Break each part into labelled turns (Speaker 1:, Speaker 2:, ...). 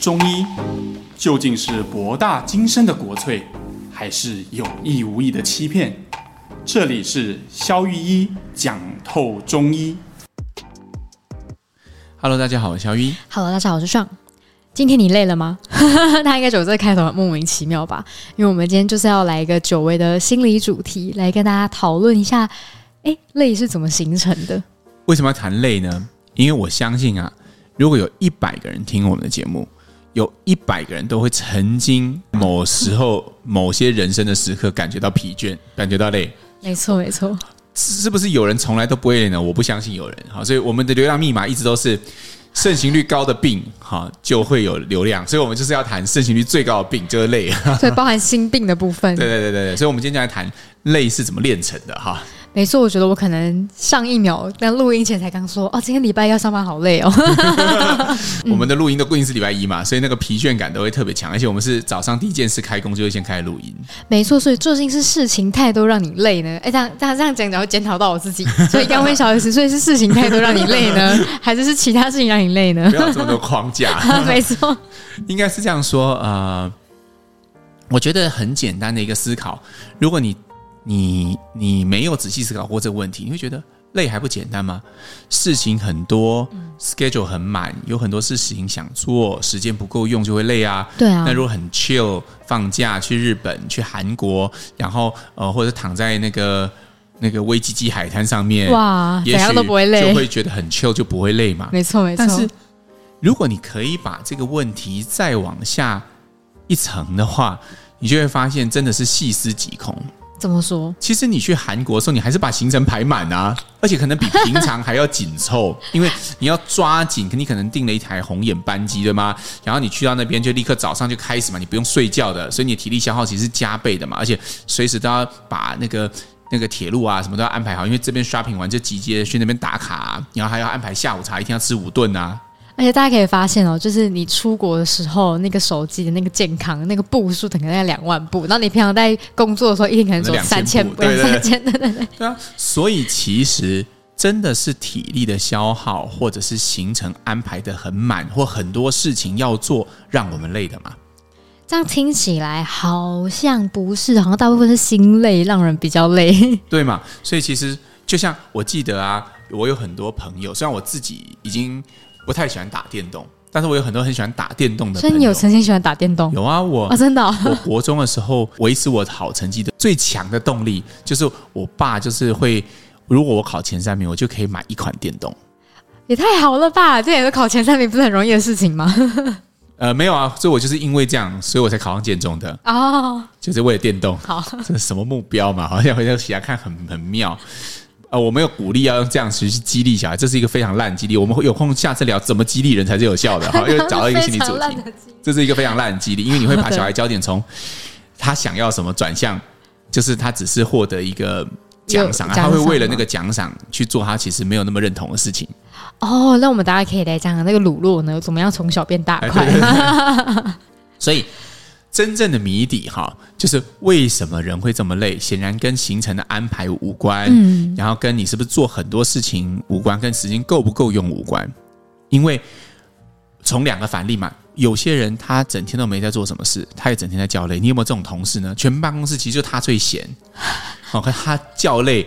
Speaker 1: 中医究竟是博大精深的国粹，还是有意无意的欺骗？这里是肖玉一讲透中医。
Speaker 2: Hello，大家好，我是小一。
Speaker 3: Hello，大家好，我是尚。今天你累了吗？ 大家应该觉得我这个开头很莫名其妙吧？因为我们今天就是要来一个久违的心理主题，来跟大家讨论一下，哎，累是怎么形成的？
Speaker 2: 为什么要谈累呢？因为我相信啊，如果有一百个人听我们的节目，有一百个人都会曾经某时候、 某些人生的时刻感觉到疲倦，感觉到累。
Speaker 3: 没错，没错，
Speaker 2: 是不是有人从来都不会累呢？我不相信有人。好，所以我们的流量密码一直都是盛行率高的病，好就会有流量。所以我们就是要谈盛行率最高的病，就是累。
Speaker 3: 所以包含心病的部分。
Speaker 2: 对对对对对，所以我们今天就来谈累是怎么练成的哈。
Speaker 3: 没错，我觉得我可能上一秒在录音前才刚说，哦，今天礼拜一要上班，好累哦。
Speaker 2: 我们的录音都固定是礼拜一嘛，所以那个疲倦感都会特别强，而且我们是早上第一件事开工就会先开录音。
Speaker 3: 没错，所以究竟是事情太多让你累呢？哎，这样这样这样讲，然后检讨到我自己， 所以刚问小 S，所以是事情太多让你累呢， 还是是其他事情让你累呢
Speaker 2: 不？要有这么多框架，
Speaker 3: 没错，
Speaker 2: 应该是这样说。呃，我觉得很简单的一个思考，如果你你你没有仔细思考过这个问题，你会觉得累还不简单吗？事情很多，schedule
Speaker 3: 嗯
Speaker 2: 很满，有很多事情想做，时间不够用就会累啊。
Speaker 3: 对啊
Speaker 2: 那如果很 chill，放假去日本、去韩国，然后呃，或者躺在那个那个威基基海滩上面，
Speaker 3: 哇
Speaker 2: 也
Speaker 3: 怎
Speaker 2: 许
Speaker 3: 样都不会累
Speaker 2: 就会觉得很 chill，就不会累嘛。
Speaker 3: 没错，没错。
Speaker 2: 但是如果你可以把这个问题再往下一层的话，你就会发现真的是细思极恐。
Speaker 3: 怎么说？
Speaker 2: 其实你去韩国的时候，你还是把行程排满啊，而且可能比平常还要紧凑， 因为你要抓紧。你可能订了一台红眼班机，对吗？然后你去到那边就立刻早上就开始嘛，你不用睡觉的，所以你的体力消耗其实是加倍的嘛，而且随时都要把那个。那个铁路啊，什么都要安排好，因为这边 shopping 完就集结去那边打卡、啊，然后还要安排下午茶，一天要吃五顿啊，
Speaker 3: 而且大家可以发现哦，就是你出国的时候，那个手机的那个健康那个步数，可能在两万步，然后你平常在工作的时候，一天可能只有
Speaker 2: 可能
Speaker 3: 三
Speaker 2: 2000
Speaker 3: 千
Speaker 2: 步
Speaker 3: 步、
Speaker 2: 对对对
Speaker 3: 三千，对对对，
Speaker 2: 对啊，所以其实真的是体力的消耗，或者是行程安排的很满，或很多事情要做，让我们累的嘛。
Speaker 3: 这样听起来好像不是，好像大部分是心累，让人比较累。
Speaker 2: 对嘛？所以其实就像我记得啊，我有很多朋友，虽然我自己已经不太喜欢打电动，但是我有很多很喜欢打电动的
Speaker 3: 所
Speaker 2: 朋
Speaker 3: 以你
Speaker 2: 友。
Speaker 3: 有曾经喜欢打电动
Speaker 2: 有啊，我
Speaker 3: 啊？真的哦、
Speaker 2: 我国中的时候，维持我好成绩的最强的动力，就是我爸就是会，如果我考前三名，我就可以买一款电动。
Speaker 3: 也太好了吧！这也是考前三名，不是很容易的事情 吗？
Speaker 2: 呃，没有啊，所以我就是因为这样，所以我才考上建中的。
Speaker 3: 哦，
Speaker 2: 就是为了电动，
Speaker 3: 好，
Speaker 2: 这是什么目标嘛？好像回头起来看很很妙。呃，我没有鼓励要用这样去激励小孩，这是一个非常烂的激励。我们会有空下次聊怎么激励人才是有效的哈，又找到一 个心理主
Speaker 3: 非常
Speaker 2: 题
Speaker 3: 烂。的经历
Speaker 2: 这是一个非常烂的激励，因为你会把
Speaker 3: 对
Speaker 2: 小孩焦点从他想要什么转向，就是他只是获得一个奖赏，
Speaker 3: 有
Speaker 2: 啊他会
Speaker 3: 奖赏
Speaker 2: 为了
Speaker 3: 吗
Speaker 2: 那个奖赏去做他其实没有那么认同的事情。
Speaker 3: 哦，那我们大家可以来讲讲那个乳酪呢，怎么样从小变大
Speaker 2: 哎
Speaker 3: 块？
Speaker 2: 对对所以真正的谜底哈，就是为什么人会这么累，显然跟行程的安排无关，嗯，然后跟你是不是做很多事情无关，跟时间够不够用无关，因为从两个反例嘛。有些人他整天都没在做什么事，他也整天在叫累。你有没有这种同事呢？全办公室其实就他最闲，哦，可他叫累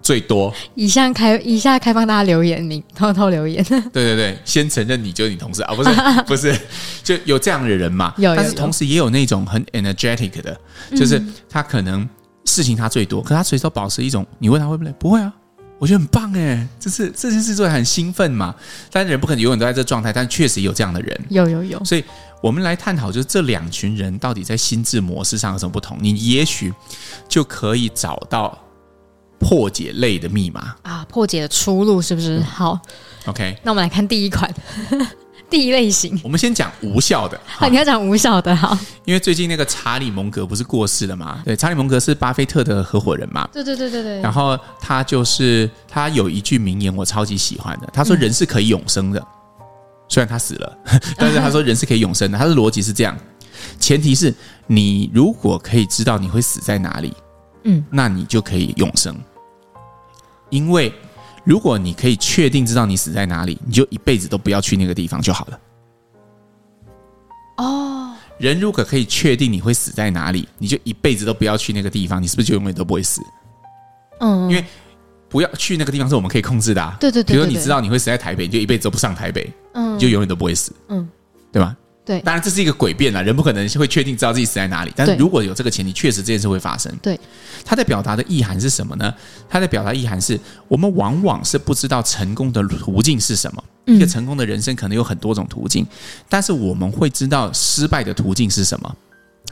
Speaker 2: 最多。
Speaker 3: 以下开以下开放大家留言，你偷偷留 言。
Speaker 2: 对对对，先承认你就是你同事啊，不是 不是，就有这样的人嘛。
Speaker 3: 有有
Speaker 2: 但是
Speaker 3: 有嗯
Speaker 2: 同时也有那种很 energetic 的，就是他可能事情他最多，可他随时都保持一种，你问他会不会累，不会啊。我觉得很棒哎，就是这件事做得很兴奋嘛。但人不可能永远都在这状态，但确实有这样的人。
Speaker 3: 有有有，
Speaker 2: 所以我们来探讨，就是这两群人到底在心智模式上有什么不同，你也许就可以找到破解类的密码。
Speaker 3: 啊，破解的出路是不是？嗯好，
Speaker 2: OK，
Speaker 3: 那我们来看第一款， 第一类型。
Speaker 2: 我们先讲无效的。
Speaker 3: 啊，你要讲无效的好，
Speaker 2: 因为最近那个查理蒙格不是过世了嘛？对，查理蒙格是巴菲特的合伙人嘛。
Speaker 3: 对对对对对
Speaker 2: 然后他就是他有一句名言我超级喜欢的，他说人是可以永生的，虽然他死了， 但是他说人是可以永生的。他的逻辑是这样，前提是你如果可以知道你会死在哪里，
Speaker 3: 嗯，
Speaker 2: 那你就可以永生，因为如果你可以确定知道你死在哪里，你就一辈子都不要去那个地方就好了。
Speaker 3: 哦，
Speaker 2: 人如果可以确定你会死在哪里，你就一辈子都不要去那个地方，你是不是就永远都不会死？
Speaker 3: 嗯，
Speaker 2: 因为不要去那个地方是我们可以控制的、啊。
Speaker 3: 对对对对
Speaker 2: 比如说
Speaker 3: 对
Speaker 2: 你知道你会死在台北，你就一辈子都不上台北，
Speaker 3: 嗯
Speaker 2: 你就永远都不会死，
Speaker 3: 嗯
Speaker 2: 对吧？
Speaker 3: 对
Speaker 2: 当然这是一个诡辩啊啦，人不可能会确定知道自己死在哪里，但是
Speaker 3: 对
Speaker 2: 如果有这个前提，确实这件事会发生。
Speaker 3: 对，
Speaker 2: 他在表达的意涵是什么呢？他在表达意涵是我们往往是不知道成功的途径是什么。
Speaker 3: 嗯
Speaker 2: 一个成功的人生可能有很多种途径，但是我们会知道失败的途径是什么。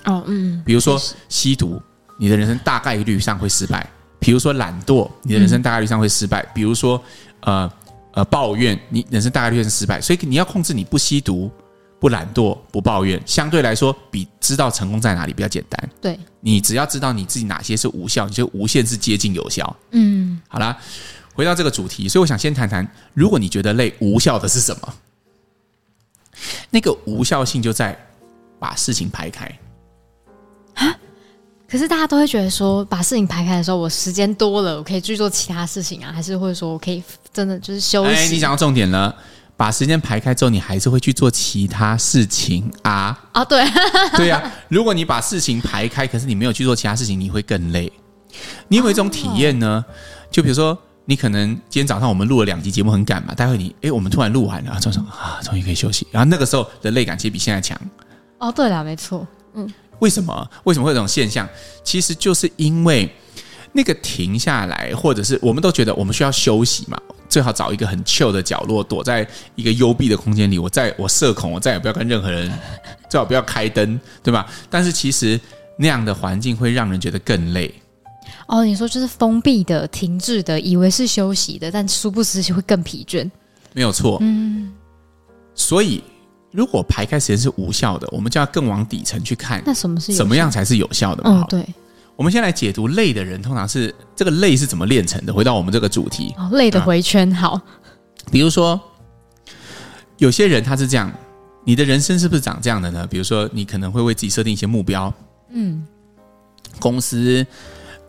Speaker 3: 哦嗯
Speaker 2: 比如说
Speaker 3: 确实
Speaker 2: 吸毒，你的人生大概率上会失败；比如说懒惰，你的人生大概率上会失败；比如说呃呃抱怨，你人生大概率是失败。所以你要控制你不吸毒、不懒惰、不抱怨，相对来说比知道成功在哪里比较简单。
Speaker 3: 对，
Speaker 2: 你只要知道你自己哪些是无效，你就无限制接近有效。
Speaker 3: 嗯
Speaker 2: 好啦，回到这个主题，所以我想先谈谈，如果你觉得累，无效的是什么？那个无效性就在把事情排开。
Speaker 3: 可是大家都会觉得说，把事情排开的时候，我时间多了，我可以去做其他事情啊，还是或者说我可以真的哦就是休息？
Speaker 2: 哎，你讲到重点了。把时间排开之后，你还是会去做其他事情啊？
Speaker 3: 啊，对，
Speaker 2: 对呀、如果你把事情排开，可是你没有去做其他事情，你会更累。你有没有一种体验呢？就比如说，你可能今天早上我们录了两集节目，很赶嘛，待会你哎，我们突然录完了，啊，终于啊，终于可以休息。然后那个时候的累感其实比现在强。
Speaker 3: 哦，对了，没错，
Speaker 2: 为什么？为什么会有这种现象？其实就是因为那个停下来，或者是我们都觉得我们需要休息嘛，最好找一个很 chill 的角落，躲在一个幽闭的空间里。我再我社恐，我再也不要跟任何人， 最好不要开灯，对吧？但是其实那样的环境会让人觉得更累。
Speaker 3: 哦，你说就是封闭的、停滞的，以为是休息的，但殊不知会更疲倦。
Speaker 2: 没有错。嗯，所以如果排开时间是无效的，我们就要更往底层去看，
Speaker 3: 那什么是有
Speaker 2: 怎么？样才是有效的嘛？
Speaker 3: 嗯
Speaker 2: 好，
Speaker 3: 对，
Speaker 2: 我们先来解读累的人，通常是这个累是怎么练成的？回到我们这个主题，
Speaker 3: 哦，累的回圈，好，
Speaker 2: 嗯比如说，有些人他是这样，你的人生是不是长这样的呢？比如说，你可能会为自己设定一些目标，
Speaker 3: 嗯，
Speaker 2: 公司，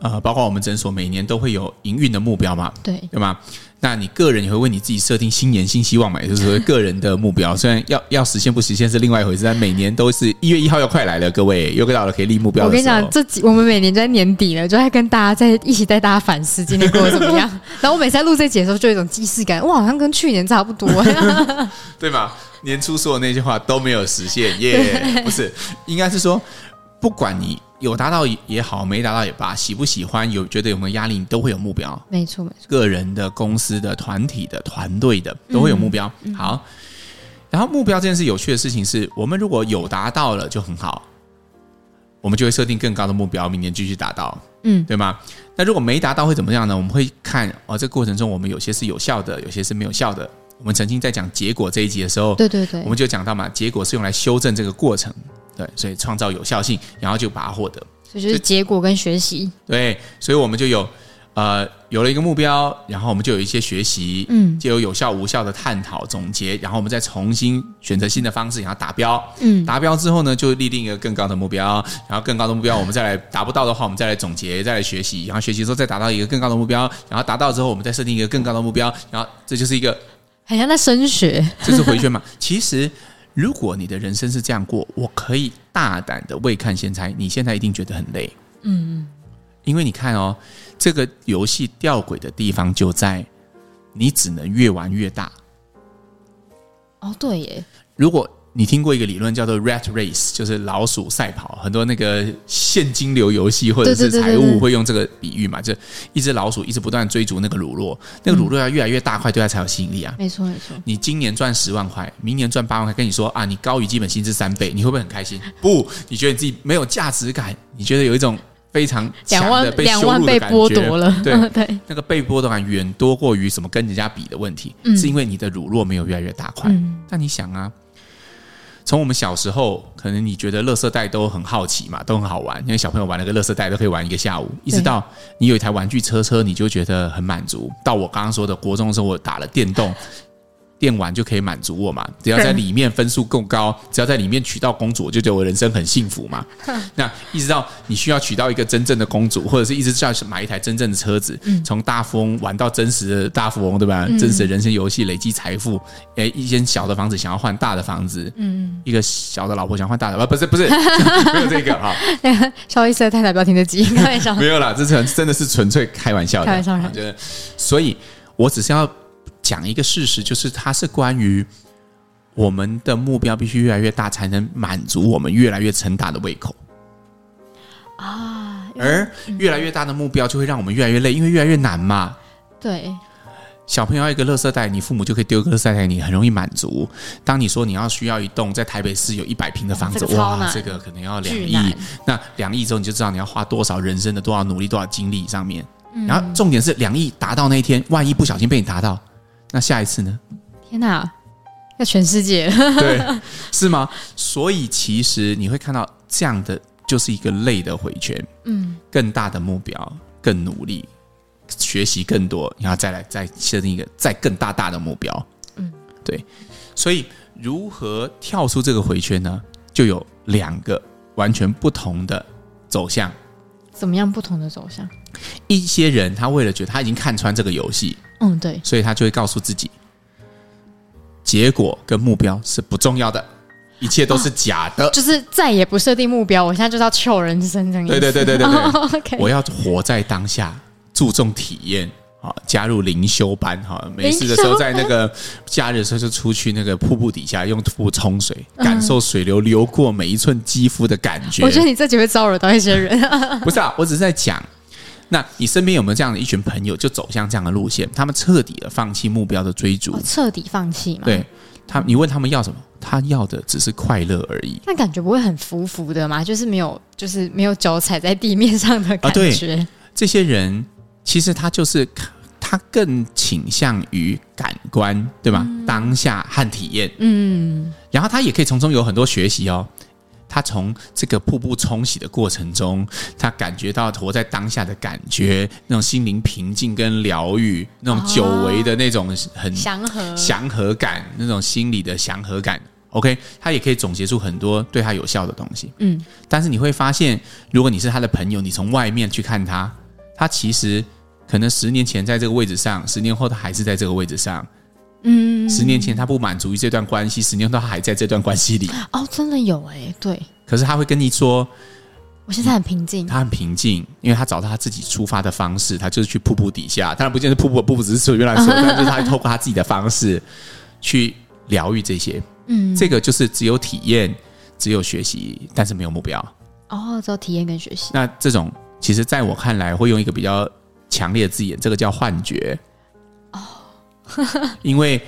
Speaker 2: 呃，包括我们诊所每年都会有营运的目标嘛，
Speaker 3: 对，
Speaker 2: 对吗？那你个人也会为你自己设定新年新希望嘛，也就是说个人的目标。虽然要要实现不实现是另外一回事，但每年都是一月一号要快来了，各位又到了可以立目标
Speaker 3: 我
Speaker 2: 的
Speaker 3: 跟你
Speaker 2: 时候。
Speaker 3: 讲，这集我们每年在年底了，就在跟大家在一起带大家反思今天过得怎 么样。然后我每次在录这集的时候，就有一种既视感，哇，好像跟去年差 不多。
Speaker 2: 对吧？年初说的那句话都没有实现，耶、不是，应该是说，不管你有达到也好，没达到也罢，喜不喜欢，有觉得有没有压力，你都会有目标，
Speaker 3: 没错，没错，
Speaker 2: 个人的、公司的、团体的、团队的，
Speaker 3: 嗯
Speaker 2: 都会有目标。好，然后目标这件事有趣的事情是，我们如果有达到了就很好，我们就会设定更高的目标，明年继续达到。
Speaker 3: 嗯，
Speaker 2: 对吗？那如果没达到会怎么样呢？我们会看哦，这个过程中我们有些是有效的，有些是没有效的。我们曾经在讲结果这一集的时候，
Speaker 3: 对对对
Speaker 2: 我，们就讲到嘛，结果是用来修正这个过程，对，所以创造有效性，然后就把它获得，
Speaker 3: 所以就是结果跟学习，
Speaker 2: 对，所以我们就有呃有了一个目标，然后我们就有一些学习，
Speaker 3: 嗯
Speaker 2: 就有有效无效的探讨总结，然后我们再重新选择新的方式，然后达标，
Speaker 3: 嗯，
Speaker 2: 达标之后呢，就立定一个更高的目标，然后更高的目标我们再来达不到的话，我们再来总结，再来学习，然后学习之后再达到一个更高的目标，然后达到之后我们再设定一个更高的目标，然后这就是一个
Speaker 3: 很像在升学。
Speaker 2: 这是回圈嘛？其实，如果你的人生是这样过，我可以大胆的未看先猜，你现在一定觉得很累。嗯，因为你看哦，这个游戏吊诡的地方就在你只能越玩越大。
Speaker 3: 哦，对耶，
Speaker 2: 如果你听过一个理论叫做 rat race，就是老鼠赛跑，很多那个现金流游戏或者是
Speaker 3: 对对对
Speaker 2: 财
Speaker 3: 对对
Speaker 2: 务会用这个比喻嘛，就一只老鼠一直不断追逐那个乳酪，那个乳酪要越来越大块，对它才有吸引力啊。
Speaker 3: 没错，没错。
Speaker 2: 你今年赚十万块，明年赚八万块，跟你说啊，你高于基本薪资三倍，你会不会很开心？不，你觉得你自己没有价值感，你觉得有一种非常强
Speaker 3: 两
Speaker 2: 的
Speaker 3: 万
Speaker 2: 被
Speaker 3: 两
Speaker 2: 羞
Speaker 3: 万
Speaker 2: 辱
Speaker 3: 被
Speaker 2: 的感
Speaker 3: 剥
Speaker 2: 觉
Speaker 3: 夺了，
Speaker 2: 对，
Speaker 3: 对，
Speaker 2: 那个被剥夺感远多过于什么跟人家比的问题，
Speaker 3: 嗯
Speaker 2: 是因为你的乳酪没有越来越大块。
Speaker 3: 嗯
Speaker 2: 但你想啊，从我们小时候，可能你觉得乐色袋都很好奇嘛，都很好玩，因为小朋友玩那个乐色袋都可以玩一个下午，一直到你有一台玩具车车，你就觉得很满足。到我刚刚说的国中的时候，我打了电动， 电玩就可以满足我嘛，只要在里面分数够高，只要在里面娶到公主，我就觉得我人生很幸福嘛。那一直到你需要娶到一个真正的公主，或者是一直需要买一台真正的车子，
Speaker 3: 嗯
Speaker 2: 从大富翁玩到真实的大富翁，对吧？真实的人生游戏累积财富，诶，一间小的房子想要换大的房子，嗯，一个小的老婆想换大的，啊不，不是，不是， 没有这个哈。
Speaker 3: 肖医师的太太不要听得 急，开玩笑。
Speaker 2: 没有啦，这是很真的是纯粹开玩笑的，
Speaker 3: 开玩笑
Speaker 2: 我觉得，所以我只是要讲一个事实，就是它是关于我们的目标必须越来越大，才能满足我们越来越盛大的胃口。
Speaker 3: 啊，
Speaker 2: 而越来越大的目标就会让我们越来越累，因为越来越难嘛。
Speaker 3: 对，
Speaker 2: 小朋友要一个垃圾袋，你父母就可以丢一个垃圾袋给你，很容易满足。当你说你要需要一栋在台北市有一百平的房子，
Speaker 3: 这个超
Speaker 2: 哇，
Speaker 3: 难
Speaker 2: 这个可能要两
Speaker 3: 巨
Speaker 2: 亿
Speaker 3: 难。
Speaker 2: 那两亿之后，你就知道你要花多少人生的多少努力、多少精力上面。
Speaker 3: 嗯
Speaker 2: 然后重点是两亿达到那一天，万一不小心被你达到，那下一次呢？
Speaker 3: 天哪，要全世界了
Speaker 2: 对，是吗？所以其实你会看到这样的，就是一个累的回圈。嗯，更大的目标，更努力，学习更多，然后再来再设定一个再更大大的目标。嗯，对。所以如何跳出这个回圈呢？就有两个完全不同的走向。
Speaker 3: 怎么样不同的走向？
Speaker 2: 一些人他为了觉得他已经看穿这个游戏，
Speaker 3: 嗯，对，
Speaker 2: 所以他就会告诉自己，结果跟目标是不重要的，一切都是假的。
Speaker 3: 就是再也不设定目标，我现在就是要求人生这样。
Speaker 2: 对对对对对对，
Speaker 3: o k
Speaker 2: 我要活在当下，注重体验。啊，加入灵修班哈，没事的时候在那个假日的时候就出去那个瀑布底下用瀑布冲水，感受水流流过每一寸肌肤的感嗯觉。
Speaker 3: 我觉得你自己会招惹到一些 人。
Speaker 2: 不是啊，我只是在讲，那你身边有没有这样的一群朋友，就走向这样的路线？他们彻底的放弃目标的追逐
Speaker 3: 我，哦彻底放弃嘛？，
Speaker 2: 对他，你问他们要什么，他要的只是快乐而已。
Speaker 3: 但感觉不会很浮浮的嘛，就是没有，就是没有脚踩在地面上的
Speaker 2: 啊
Speaker 3: 感觉。
Speaker 2: 这些人其实他就是他更倾向于感官，对吧？当下和体验，
Speaker 3: 嗯，
Speaker 2: 然后他也可以从中有很多学习哦。他从这个瀑布冲洗的过程中，他感觉到活在当下的感觉，那种心灵平静跟疗愈，那种久违的那种很
Speaker 3: 祥和，
Speaker 2: 祥和感，那种心理的祥和感。OK，他也可以总结出很多对他有效的东西。
Speaker 3: 嗯，
Speaker 2: 但是你会发现，如果你是他的朋友，你从外面去看他，他其实可能十年前在这个位置上，十年后他还是在这个位置上。
Speaker 3: 嗯，
Speaker 2: 十年前他不满足于这段关系，十年后他还在这段关系里。
Speaker 3: 哦，真的有哎、对
Speaker 2: 可是他会跟你说，
Speaker 3: 我现在很平静。
Speaker 2: 他很平静，因为他找到他自己出发的方式，他就是去瀑布底下。当然不见得瀑布瀑布只是随便乱说，但就是他透过他自己的方式去疗愈这些。嗯，这个就是只有体验，只有学习，但是没有目标。
Speaker 3: 哦，只有体验跟学习。
Speaker 2: 那这种其实在我看来，会用一个比较强烈的字眼，这个叫幻觉。哦，因为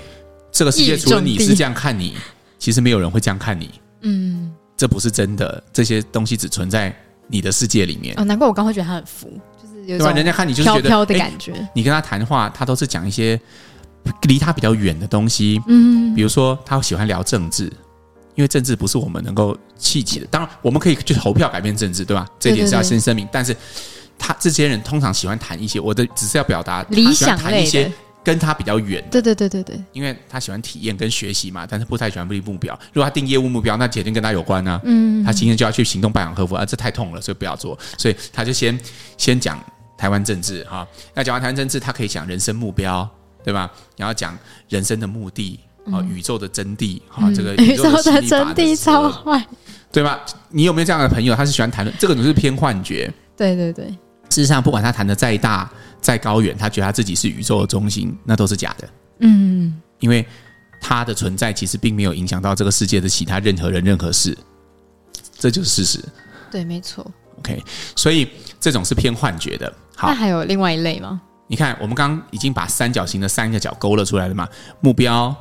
Speaker 2: 这个世界除了你是这样看你，其实没有人会这样看你。
Speaker 3: 嗯，
Speaker 2: 这不是真的，这些东西只存在你的世界里面。
Speaker 3: 哦，难怪我刚会觉得他很浮，就是有一
Speaker 2: 对吧？人
Speaker 3: 种
Speaker 2: 家看你就是
Speaker 3: 飘
Speaker 2: 觉得
Speaker 3: 飘的
Speaker 2: 诶
Speaker 3: 感觉。
Speaker 2: 你跟他谈话，他都是讲一些 离他比较远的东西，
Speaker 3: 嗯
Speaker 2: 比如说他喜欢聊政治，因为政治不是我们能够企及的。当然，我们可以去投票改变政治，对吧？这一点是要
Speaker 3: 对对
Speaker 2: 先声明。但是他这些人通常喜欢谈一些我的，只是要表达
Speaker 3: 理
Speaker 2: 他喜
Speaker 3: 想
Speaker 2: 欢谈一
Speaker 3: 类
Speaker 2: 些
Speaker 3: 的。
Speaker 2: 跟他比较远，
Speaker 3: 对对对对对，
Speaker 2: 因为他喜欢体验跟学习嘛，但是不太喜欢立目标。如果他定业务目标，那铁定跟他有关啊。
Speaker 3: 嗯
Speaker 2: 他今天就要去行动拜访客服啊，这太痛了，所以不要做。所以他就先先讲台湾政治哈、那讲完台湾政治，他可以讲人生目标，对吧？然后讲人生的目的啊、宇宙的真谛啊、这个
Speaker 3: 嗯宇宙
Speaker 2: 的
Speaker 3: 的
Speaker 2: 吸力
Speaker 3: 真
Speaker 2: 法则
Speaker 3: 谛超坏。
Speaker 2: 对吧？你有没有这样的朋友？他是喜欢谈论这个，只是偏幻觉。
Speaker 3: 对对对，
Speaker 2: 事实上，不管他谈的再大再高远，他觉得他自己是宇宙的中心，那都是假的，
Speaker 3: 嗯，
Speaker 2: 因为他的存在其实并没有影响到这个世界的其他任何人、任何事，这就是事实。
Speaker 3: 对，没错。
Speaker 2: OK，所以这种是偏幻觉的。好
Speaker 3: 那，还有另外一类吗？
Speaker 2: 你看，我们刚刚已经把三角形的三个角勾勒出来了嘛？目标、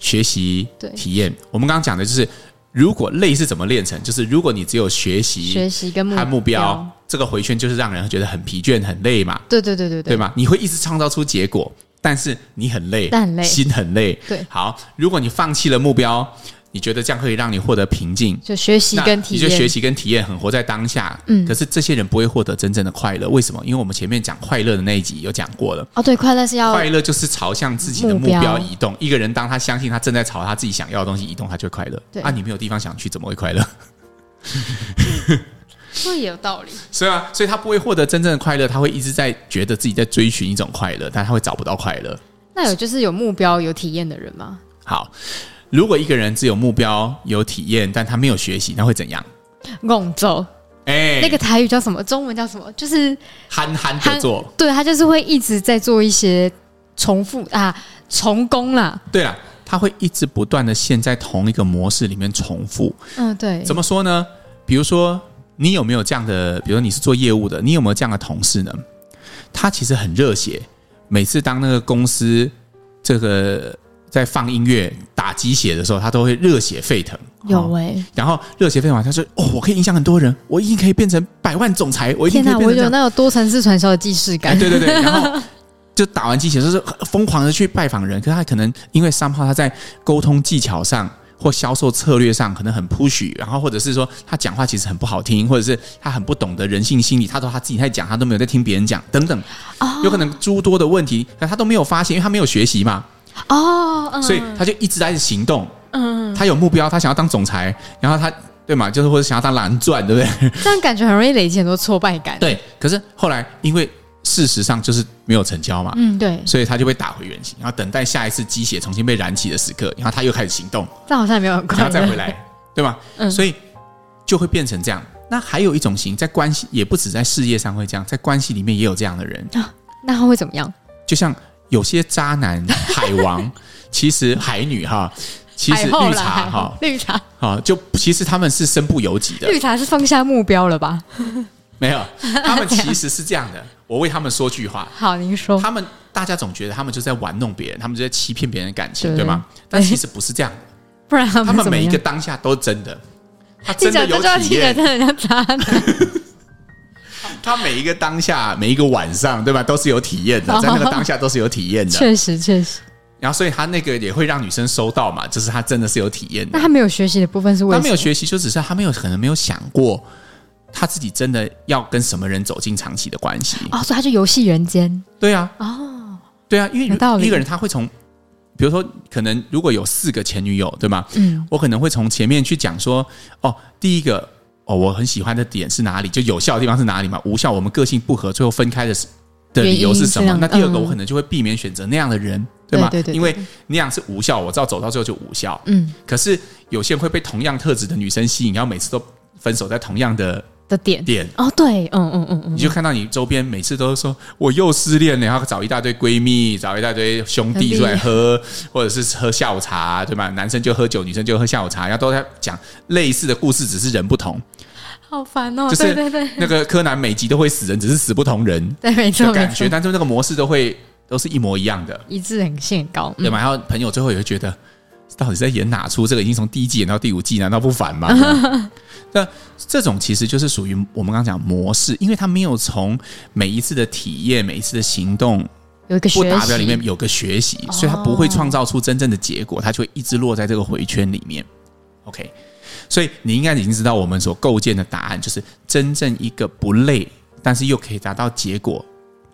Speaker 2: 学习
Speaker 3: 对、
Speaker 2: 体验。我们刚刚讲的就是，如果累是怎么练成？就是如果你只有学
Speaker 3: 学
Speaker 2: 习
Speaker 3: 习跟目
Speaker 2: 和目标，这个回圈就是让人觉得很疲倦、很累嘛，
Speaker 3: 对对对对
Speaker 2: 对吗？你会一直创造出结果，但是你很累，
Speaker 3: 但很累
Speaker 2: 心很累。
Speaker 3: 对
Speaker 2: 好，如果你放弃了目标，你觉得这样可以让你获得平静，
Speaker 3: 就学习
Speaker 2: 那
Speaker 3: 跟体验，
Speaker 2: 你就学习跟体验，很活在当下。
Speaker 3: 嗯
Speaker 2: 可是这些人不会获得真正的快乐，为什么？因为我们前面讲快乐的那一集有讲过了。
Speaker 3: 哦，对，快乐是要
Speaker 2: 快乐就是朝向自己的目
Speaker 3: 目标
Speaker 2: 标移动。一个人当他相信他正在朝他自己想要的东西移动，他就会快乐。
Speaker 3: 对
Speaker 2: 啊，你没有地方想去，怎么会快乐？
Speaker 3: 说也有道理，
Speaker 2: 是啊，所以他不会获得真正的快乐，他会一直在觉得自己在追寻一种快乐，但他会找不到快乐。
Speaker 3: 那有就是有目标、有体验的人吗？
Speaker 2: 好，如果一个人只有目标、有体验，但他没有学习，那会怎样？
Speaker 3: 拱走，
Speaker 2: 哎、
Speaker 3: 那个台语叫什么？中文叫什么？就是
Speaker 2: 憨憨的做。
Speaker 3: 对他就是会一直在做一些重复啊，重工啦。
Speaker 2: 对了，他会一直不断的陷在同一个模式里面重复。
Speaker 3: 嗯，对，
Speaker 2: 怎么说呢？比如说，你有没有这样的？比如你是做业务的，你有没有这样的同事呢？他其实很热血，每次当那个公司这个在放音乐打鸡血的时候，他都会热血沸腾。哦
Speaker 3: 有哎、
Speaker 2: 然后热血沸腾完，他说：“哦，我可以影响很多人，我一定可以变成百万总裁，我一定
Speaker 3: 天
Speaker 2: 哦可以
Speaker 3: 哪，
Speaker 2: 变
Speaker 3: 我
Speaker 2: 成这
Speaker 3: 有
Speaker 2: 样。
Speaker 3: 那有多层次传销的既视
Speaker 2: 哎，
Speaker 3: 感。
Speaker 2: 对对对，然后就打完鸡血，就是疯狂的去拜访人。可是他可能因为三号他在沟通技巧上或销售策略上可能很 push，然后或者是说他讲话其实很不好听，或者是他很不懂得人性心理，他都他自己在讲，他都没有在听别人讲，等等，有可能诸多的问题，可他都没有发现，因为他没有学习嘛，
Speaker 3: 哦，嗯，
Speaker 2: 所以他就一直在行动。
Speaker 3: 嗯，
Speaker 2: 他有目标，他想要当总裁，然后他对嘛，就是或者想要当蓝钻，对不对？
Speaker 3: 这样感觉很容易累积很多挫败感。，
Speaker 2: 对，可是后来因为事实上就是没有成交嘛，
Speaker 3: 嗯，对，
Speaker 2: 所以他就被打回原形，然后等待下一次鸡血重新被燃起的时刻，然后他又开始行 动，
Speaker 3: 这样好像也没有很
Speaker 2: 然
Speaker 3: 快
Speaker 2: 后再
Speaker 3: 乐
Speaker 2: 回。来，对吧？
Speaker 3: 嗯
Speaker 2: 所以就会变成这样。那还有一种型，在关系也不止在事业上会这样，在关系里面也有这样的人，
Speaker 3: 那他会怎么样？
Speaker 2: 就像有些渣男、海 王，其实海女哈，其实
Speaker 3: 海后
Speaker 2: 绿
Speaker 3: 啦，海
Speaker 2: 茶
Speaker 3: 后
Speaker 2: 哈，
Speaker 3: 绿茶，
Speaker 2: 好就其实他们是身不由己的，
Speaker 3: 绿茶是放下目标了吧？
Speaker 2: 没 有，他们其实是这样的。我为他们说句话，
Speaker 3: 好，您说。
Speaker 2: 他们大家总觉得他们就在玩弄别人，他们就在欺骗别人的感情，
Speaker 3: 对
Speaker 2: 对吗？但其实不是这样的，
Speaker 3: 不然他
Speaker 2: 他
Speaker 3: 们
Speaker 2: 们
Speaker 3: 怎么
Speaker 2: 每一
Speaker 3: 样
Speaker 2: 个当下都真的，他
Speaker 3: 你
Speaker 2: 真的
Speaker 3: 讲这
Speaker 2: 有
Speaker 3: 句话
Speaker 2: 体
Speaker 3: 听起来
Speaker 2: 验，
Speaker 3: 真的很像渣男。
Speaker 2: 他每一个当下，每一个晚上，对吧？都是有体验 的，在那个当下都是有体验的。
Speaker 3: 确实，确实。
Speaker 2: 然后，所以他那个也会让女生收到嘛，就是他真的是有体验的
Speaker 3: 那。他没有学习的部分是为什
Speaker 2: 他
Speaker 3: 么？
Speaker 2: 没有学习，就只是他没有可能没有想过他自己真的要跟什么人走进长期的关系。
Speaker 3: 哦，所以他就游戏人间
Speaker 2: 对啊，
Speaker 3: 哦，
Speaker 2: 对啊，因为
Speaker 3: 有道理
Speaker 2: 一个人他会从，比如说，可能如果有四个前女友，对吗？
Speaker 3: 嗯，
Speaker 2: 我可能会从前面去讲说，哦，第一个，哦，我很喜欢的点是哪里，就有效的地方是哪里嘛，无效我们个性不合，最后分开的是的理由是什
Speaker 3: 原因是这
Speaker 2: 么？
Speaker 3: 样
Speaker 2: 那第二个，
Speaker 3: 嗯
Speaker 2: 我可能就会避免选择那样的人，对吗？
Speaker 3: 对对对对
Speaker 2: 因为那样是无效，我知道走到最后就无效。
Speaker 3: 嗯
Speaker 2: 可是有些人会被同样特质的女生吸引，然后每次都分手在同样的
Speaker 3: 的点
Speaker 2: 点，
Speaker 3: 哦，对，嗯嗯嗯嗯，
Speaker 2: 你就看到你周边每次都说我又失恋了，然后找一大堆闺蜜，找一大堆兄弟出来喝，或者是喝下午茶，对吧？男生就喝酒，女生就喝下午茶，然后都在讲类似的故事，只是人不同。
Speaker 3: 好烦哦，
Speaker 2: 就是
Speaker 3: 对对对
Speaker 2: 那个柯南每集都会死人，只是死不同人
Speaker 3: 对，没错
Speaker 2: 的
Speaker 3: 没
Speaker 2: 感觉，
Speaker 3: 错，
Speaker 2: 但是那个模式都会都是一模一样的，
Speaker 3: 一致很性高，
Speaker 2: 对
Speaker 3: 嗯
Speaker 2: 吗？然后朋友最后也会觉得，到底在演哪出？这个已经从第一季演到第五季，难道不烦吗？那这种其实就是属于我们刚刚讲模式，因为他没有从每一次的体验、每一次的行动
Speaker 3: 有一个
Speaker 2: 不
Speaker 3: 学
Speaker 2: 达标里面
Speaker 3: 习，
Speaker 2: 有个学习，所以他不会创造出真正的结果，他就会一直落在这个回圈里面。OK，所以你应该已经知道我们所构建的答案，就是真正一个不累，但是又可以达到结果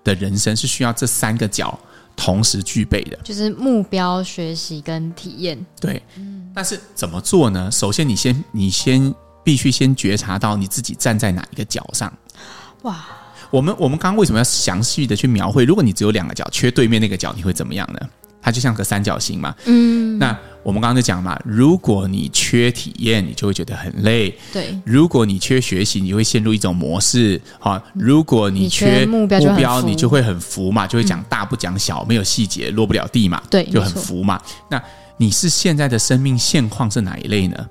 Speaker 2: 的人生，是需要这三个角同时具备的。
Speaker 3: 就是目标、学习跟体验，
Speaker 2: 对，
Speaker 3: 嗯
Speaker 2: 但是怎么做呢？首先，你先你先必须先觉察到你自己站在哪一个角上。
Speaker 3: 哇，
Speaker 2: 我们我们刚刚为什么要详细的去描绘？如果你只有两个角，缺对面那个角，你会怎么样呢？它就像个三角形嘛。
Speaker 3: 嗯，
Speaker 2: 那我们刚刚就讲嘛，如果你缺体验，你就会觉得很累；
Speaker 3: 对，
Speaker 2: 如果你缺学习，你会陷入一种模式。好、如果你
Speaker 3: 你缺
Speaker 2: 缺
Speaker 3: 目标就会很浮
Speaker 2: 你就会很浮嘛，就会讲大不讲小，没有细节，落不了地嘛，
Speaker 3: 对
Speaker 2: 就很
Speaker 3: 没错
Speaker 2: 浮嘛。那你是现在的生命现况是哪一 类呢？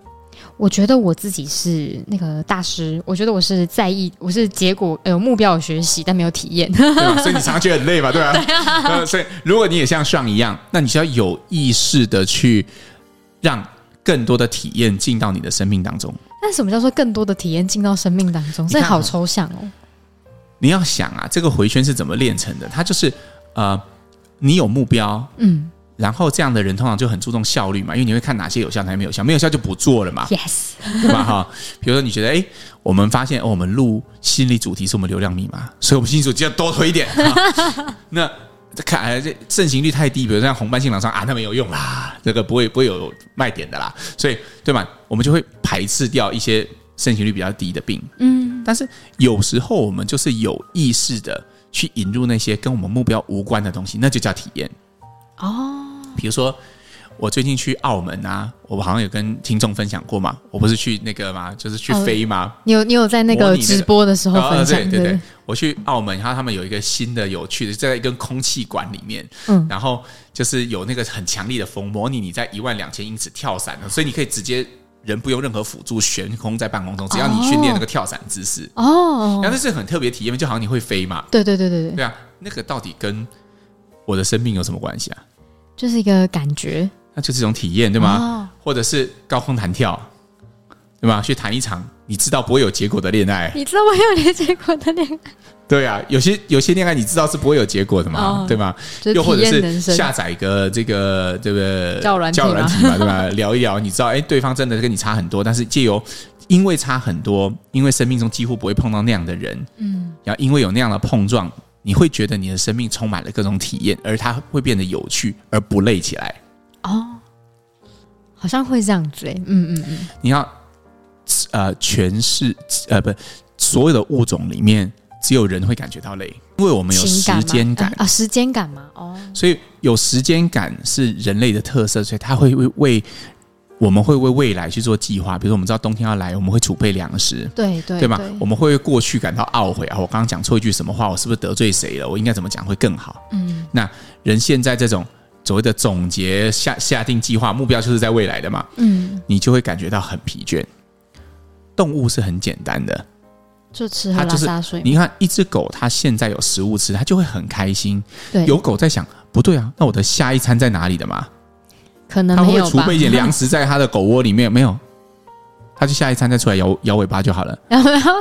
Speaker 3: 我觉得我自己是那个大师，我觉得我是在意，我是结果呃有目标有学习，但没有体验，
Speaker 2: 对吧？所以你常常觉得很累嘛，对吧？
Speaker 3: 啊
Speaker 2: 呃所以如果你也像上一样，那你就要有意识的去让更多的体验进到你的生命当中。
Speaker 3: 但什么叫做更多的体验进到生命当中？
Speaker 2: 你
Speaker 3: 这
Speaker 2: 看
Speaker 3: 好
Speaker 2: 哦
Speaker 3: 抽象哦。
Speaker 2: 你要想啊，这个回圈是怎么练成的？它就是呃，你有目标，
Speaker 3: 嗯，
Speaker 2: 然后这样的人通常就很注重效率嘛，因为你会看哪些有效，哪些没有效，没有效就不做了 嘛，
Speaker 3: Yes，
Speaker 2: 对吧？哈，比如说你觉得，哎，我们发现、哦、我们录心理主题是我们流量密码，所以我们心理主题要多推一点。哈那看哎这盛行率太低，比如像红斑性狼疮啊，那没有用啦，这个不会不会有卖点的啦，所以对吧？我们就会排斥掉一些盛行率比较低的病。嗯，但是有时候我们就是有意识的去引入那些跟我们目标无关的东西，那就叫体验。
Speaker 3: 哦，
Speaker 2: 比如说我最近去澳门啊，我好像有跟听众分享过嘛，我不是去那个嘛，就是去
Speaker 3: 哦
Speaker 2: 飞嘛。
Speaker 3: 你有你有在那
Speaker 2: 模
Speaker 3: 个
Speaker 2: 拟那个
Speaker 3: 直播的时候哦
Speaker 2: 啊
Speaker 3: 分享
Speaker 2: 对对对，我去澳门，然后他们有一个新的有趣的，在一根空气管里面，
Speaker 3: 嗯
Speaker 2: 然后就是有那个很强力的风，模拟你在一万两千英尺跳伞，所以你可以直接人不用任何辅助悬空在半空中，只要你训练那个跳伞姿势，
Speaker 3: 哦
Speaker 2: 然，后那是很特别体验，就好像你会飞嘛，
Speaker 3: 对对对对对，
Speaker 2: 对啊，那个到底跟我的生命有什么关系啊？
Speaker 3: 就是一个感觉，
Speaker 2: 那就是一种体验，对吗？
Speaker 3: 哦
Speaker 2: 或者是高空弹跳，对吧？去谈一场你知道不会有结果的恋爱，
Speaker 3: 你知道我有连结果的那个，
Speaker 2: 对啊，有些有些恋爱你知道是不会有结果的嘛，
Speaker 3: 哦
Speaker 2: 对吧？
Speaker 3: 就是
Speaker 2: 又或
Speaker 3: 体
Speaker 2: 者
Speaker 3: 验人生
Speaker 2: 是
Speaker 3: 啊
Speaker 2: 下载一个这个这个
Speaker 3: 交友软体
Speaker 2: 交友
Speaker 3: 吗
Speaker 2: 软体嘛，对吧？聊一聊，你知道，哎，对方真的跟你差很多，但是借由因为差很多，因为生命中几乎不会碰到那样的人，嗯，然后因为有那样的碰撞，你会觉得你的生命充满了各种体验，而它会变得有趣而不累起来。
Speaker 3: 哦，好像会这样子哎，嗯嗯嗯，
Speaker 2: 你要呃，全是呃，不，所有的物种里面，只有人会感觉到累，因为我们有
Speaker 3: 情
Speaker 2: 时
Speaker 3: 感
Speaker 2: 间感
Speaker 3: 嘛，啊，时间感嘛，哦，
Speaker 2: 所以有时间感是人类的特色，所以它会为为我们会为未来去做计划。比如说，我们知道冬天要来，我们会储备粮食。
Speaker 3: 对对
Speaker 2: 对吧？我们会为过去感到懊悔啊！我刚刚讲错一句什么话？我是不是得罪谁了？我应该怎么讲会更好？
Speaker 3: 嗯，
Speaker 2: 那人现在这种所谓的总结下下定计划目标，就是在未来的嘛。
Speaker 3: 嗯，
Speaker 2: 你就会感觉到很疲倦。动物是很简单的，
Speaker 3: 就吃喝
Speaker 2: 它
Speaker 3: 拉
Speaker 2: 就是
Speaker 3: 撒睡嘛，
Speaker 2: 你看一只狗，它现在有食物吃，它就会很开心。
Speaker 3: 对，
Speaker 2: 有狗在想，不对啊，那我的下一餐在哪里的嘛？
Speaker 3: 可能
Speaker 2: 它会
Speaker 3: 没
Speaker 2: 不
Speaker 3: 有
Speaker 2: 会储
Speaker 3: 吧，
Speaker 2: 备一点粮食在它的狗窝里面？没有，它就下一餐再出来摇摇尾巴就好了。
Speaker 3: 然后然后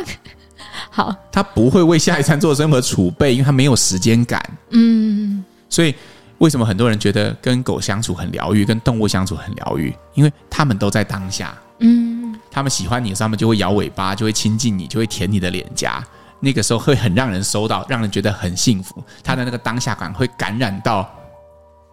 Speaker 3: 好，
Speaker 2: 它不会为下一餐做任何储备，因为它没有时间感。
Speaker 3: 嗯，
Speaker 2: 所以为什么很多人觉得跟狗相处很疗愈，跟动物相处很疗愈？因为他们都在当下。
Speaker 3: 嗯，
Speaker 2: 他们喜欢你的时候，他们就会摇尾巴，就会亲近你，就会舔你的脸颊。那个时候会很让人收到，让人觉得很幸福。他的那个当下感会感染到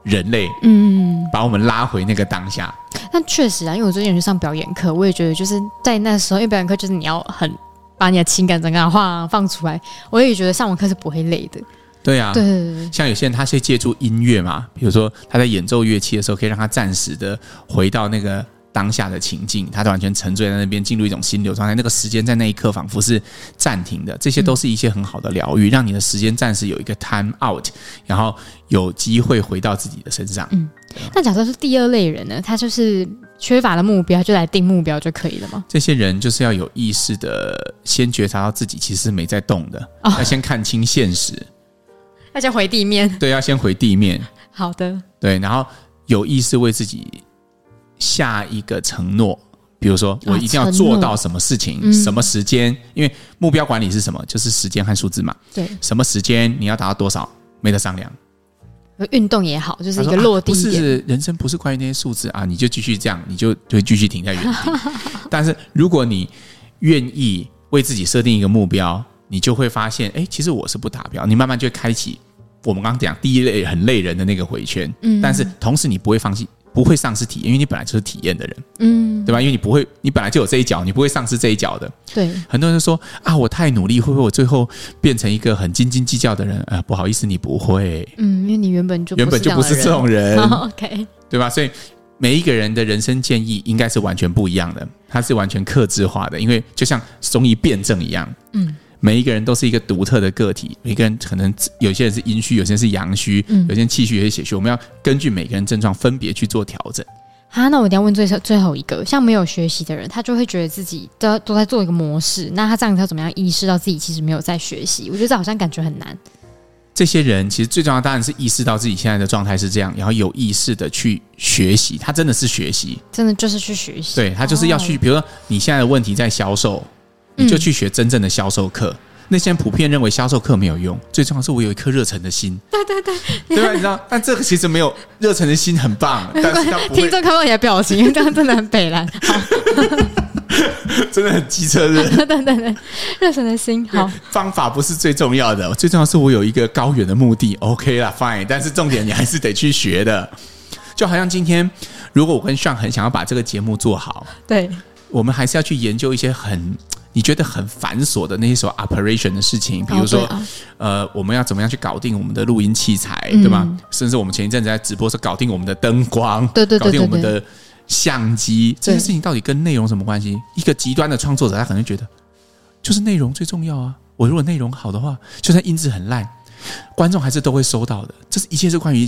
Speaker 2: 人类，
Speaker 3: 嗯，
Speaker 2: 把我们拉回那个当下。
Speaker 3: 但确实啊，因为我最近有去上表演课，我也觉得就是在那时候，因为表演课就是你要很把你的情感整个话放出来，我也觉得上完课是不会累的。
Speaker 2: 对啊，
Speaker 3: 对对对
Speaker 2: 像有些人他是借助音乐嘛，比如说他在演奏乐器的时候，可以让他暂时的回到那个当下的情境，他完全沉醉在那边，进入一种心流状态。那个时间在那一刻仿佛是暂停的，这些都是一些很好的疗愈，让你的时间暂时有一个 time out，然后有机会回到自己的身上。
Speaker 3: 对。那假设是第二类人呢，他就是缺乏了目标，就来定目标就可以了吗？
Speaker 2: 这些人就是要有意识的先觉察到自己其实没在动的，
Speaker 3: 哦
Speaker 2: 要先看清现实，
Speaker 3: 那就回地面。
Speaker 2: 对，要先回地面，
Speaker 3: 好的，
Speaker 2: 对，然后有意识为自己下一个承诺，比如说我一定要做到什么事情、
Speaker 3: 啊承诺嗯
Speaker 2: 什么时间，因为目标管理是什么？就是时间和数字嘛。
Speaker 3: 对，
Speaker 2: 什么时间你要达到多少，没得商量。
Speaker 3: 运动也好，就是
Speaker 2: 他
Speaker 3: 一
Speaker 2: 说
Speaker 3: 个落地
Speaker 2: 啊不
Speaker 3: 点。
Speaker 2: 是人生不是关于那些数字啊，你就继续这样，你就就会继续停 在原地。但是如果你愿意为自己设定一个目标，你就会发现，哎，其实我是不达标，你慢慢就会开启我们刚刚讲第一类很累人的那个回圈。嗯，但是同时你不会放弃，不会丧失体验，因为你本来就是体验的人，
Speaker 3: 嗯，
Speaker 2: 对吧？因为你不会，你本来就有这一脚，你不会丧失这一脚的。
Speaker 3: 对，
Speaker 2: 很多人就说啊，我太努力，会不会我最后变成一个很斤斤计较的人？啊，不好意思，你不会，
Speaker 3: 嗯，因为你原本就
Speaker 2: 原本就不是这
Speaker 3: 样
Speaker 2: 种人
Speaker 3: 的。 人。好 OK，
Speaker 2: 对吧？所以每一个人的人生建议应该是完全不一样的，它是完全克制化的，因为就像中医辩证一样，
Speaker 3: 嗯，
Speaker 2: 每一个人都是一个独特的个体，每个人可能有些人是阴虚，有些人是阳虚，
Speaker 3: 嗯
Speaker 2: 有些人气虚，有些血虚，我们要根据每个人症状分别去做调整。
Speaker 3: 啊，那我一定要问最后最后一个，像没有学习的人，他就会觉得自己都都在做一个模式，那他这样子要怎么样意识到自己其实没有在学习？我觉得这好像感觉很难。
Speaker 2: 这些人其实最重要，当然是意识到自己现在的状态是这样，然后有意识的去学习，他真的是学习，
Speaker 3: 真的就是去学习。
Speaker 2: 对他就是要去，比如说你现在的问题在销售，你就去学真正的销售课。那些人普遍认为销售课没有用，最重要是我有一颗热忱的心。对对对，啊对吧？你知道，但这个其实没有热忱的心很棒，但是他不
Speaker 3: 听
Speaker 2: 会
Speaker 3: 众看到你的表情，这样真的很北蓝。
Speaker 2: 真的很机车的。
Speaker 3: 等等等，热忱的心好。
Speaker 2: 方法不是最重要的，最重要是我有一个高远的目的。OK 啦，fine，但是重点你还是得去学的。就好像今天，如果我跟尚很想要把这个节目做好，
Speaker 3: 对，
Speaker 2: 我们还是要去研究一些很你觉得很繁琐的那些所谓 operation 的事情，比如说、
Speaker 3: 对啊
Speaker 2: 呃，我们要怎么样去搞定我们的录音器材，
Speaker 3: 嗯
Speaker 2: 对吧？甚至我们前一阵子在直播时搞定我们的灯光，
Speaker 3: 对对对
Speaker 2: 搞定我们
Speaker 3: 对对
Speaker 2: 的相机，这
Speaker 3: 对
Speaker 2: 些事情到底跟内容什么关系？一个极端的创作者，他可能觉得就是内容最重要啊。我如果内容好的话，就算音质很烂，观众还是都会收到的。这是一切是关于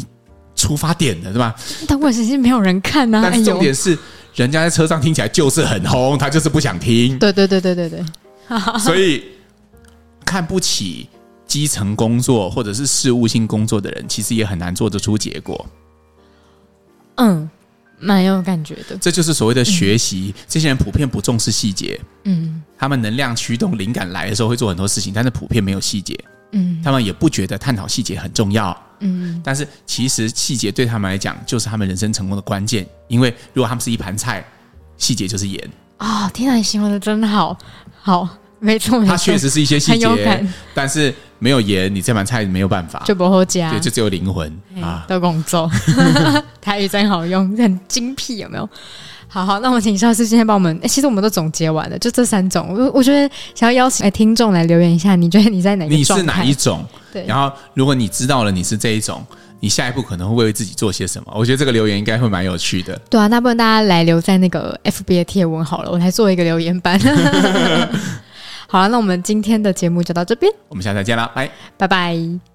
Speaker 2: 出发点的，对吧？
Speaker 3: 但问题是没有人看呐、啊。
Speaker 2: 但
Speaker 3: 哎
Speaker 2: 是重
Speaker 3: 呦，
Speaker 2: 点是，人家在车上听起来就是很红，他就是不想听，
Speaker 3: 对对对对对对，
Speaker 2: 所以看不起基层工作或者是事务性工作的人，其实也很难做得出结果。
Speaker 3: 嗯，蛮有感觉的。
Speaker 2: 这就是所谓的学习。这些人普遍不重视细节，
Speaker 3: 嗯
Speaker 2: 他们能量驱动灵感来的时候会做很多事情，但是普遍没有细节，
Speaker 3: 嗯
Speaker 2: 他们也不觉得探讨细节很重要。
Speaker 3: 嗯，
Speaker 2: 但是其实细节对他们来讲，就是他们人生成功的关键。因为如果他们是一盘菜，细节就是盐。
Speaker 3: 哦，天啊，你形容的真好，好，没错没错，
Speaker 2: 它确实是一些细
Speaker 3: 很有
Speaker 2: 节
Speaker 3: 感，
Speaker 2: 但是没有盐，你这盘菜没有办法，
Speaker 3: 就不后加
Speaker 2: 对，就只有灵魂
Speaker 3: 哎
Speaker 2: 啊。
Speaker 3: 都工 作，台语真好用，很精辟，有没有？好好，那我请肖师今天帮我们、诶其实我们都总结完了，就这三种。我我觉得想要邀请诶听众来留言一下，你觉得你在哪个
Speaker 2: 你
Speaker 3: 状
Speaker 2: 是
Speaker 3: 态？
Speaker 2: 哪一种？
Speaker 3: 对
Speaker 2: 然后如果你知道了你是这一种，你下一步可能会为自己做些什么？我觉得这个留言应该会蛮有趣的。
Speaker 3: 对啊，那不然大家来留在那个 FB 的贴文好了，我来做一个留言板。 好了，那我们今天的节目就到这边，
Speaker 2: 我们下次再见啦，拜。
Speaker 3: 拜拜。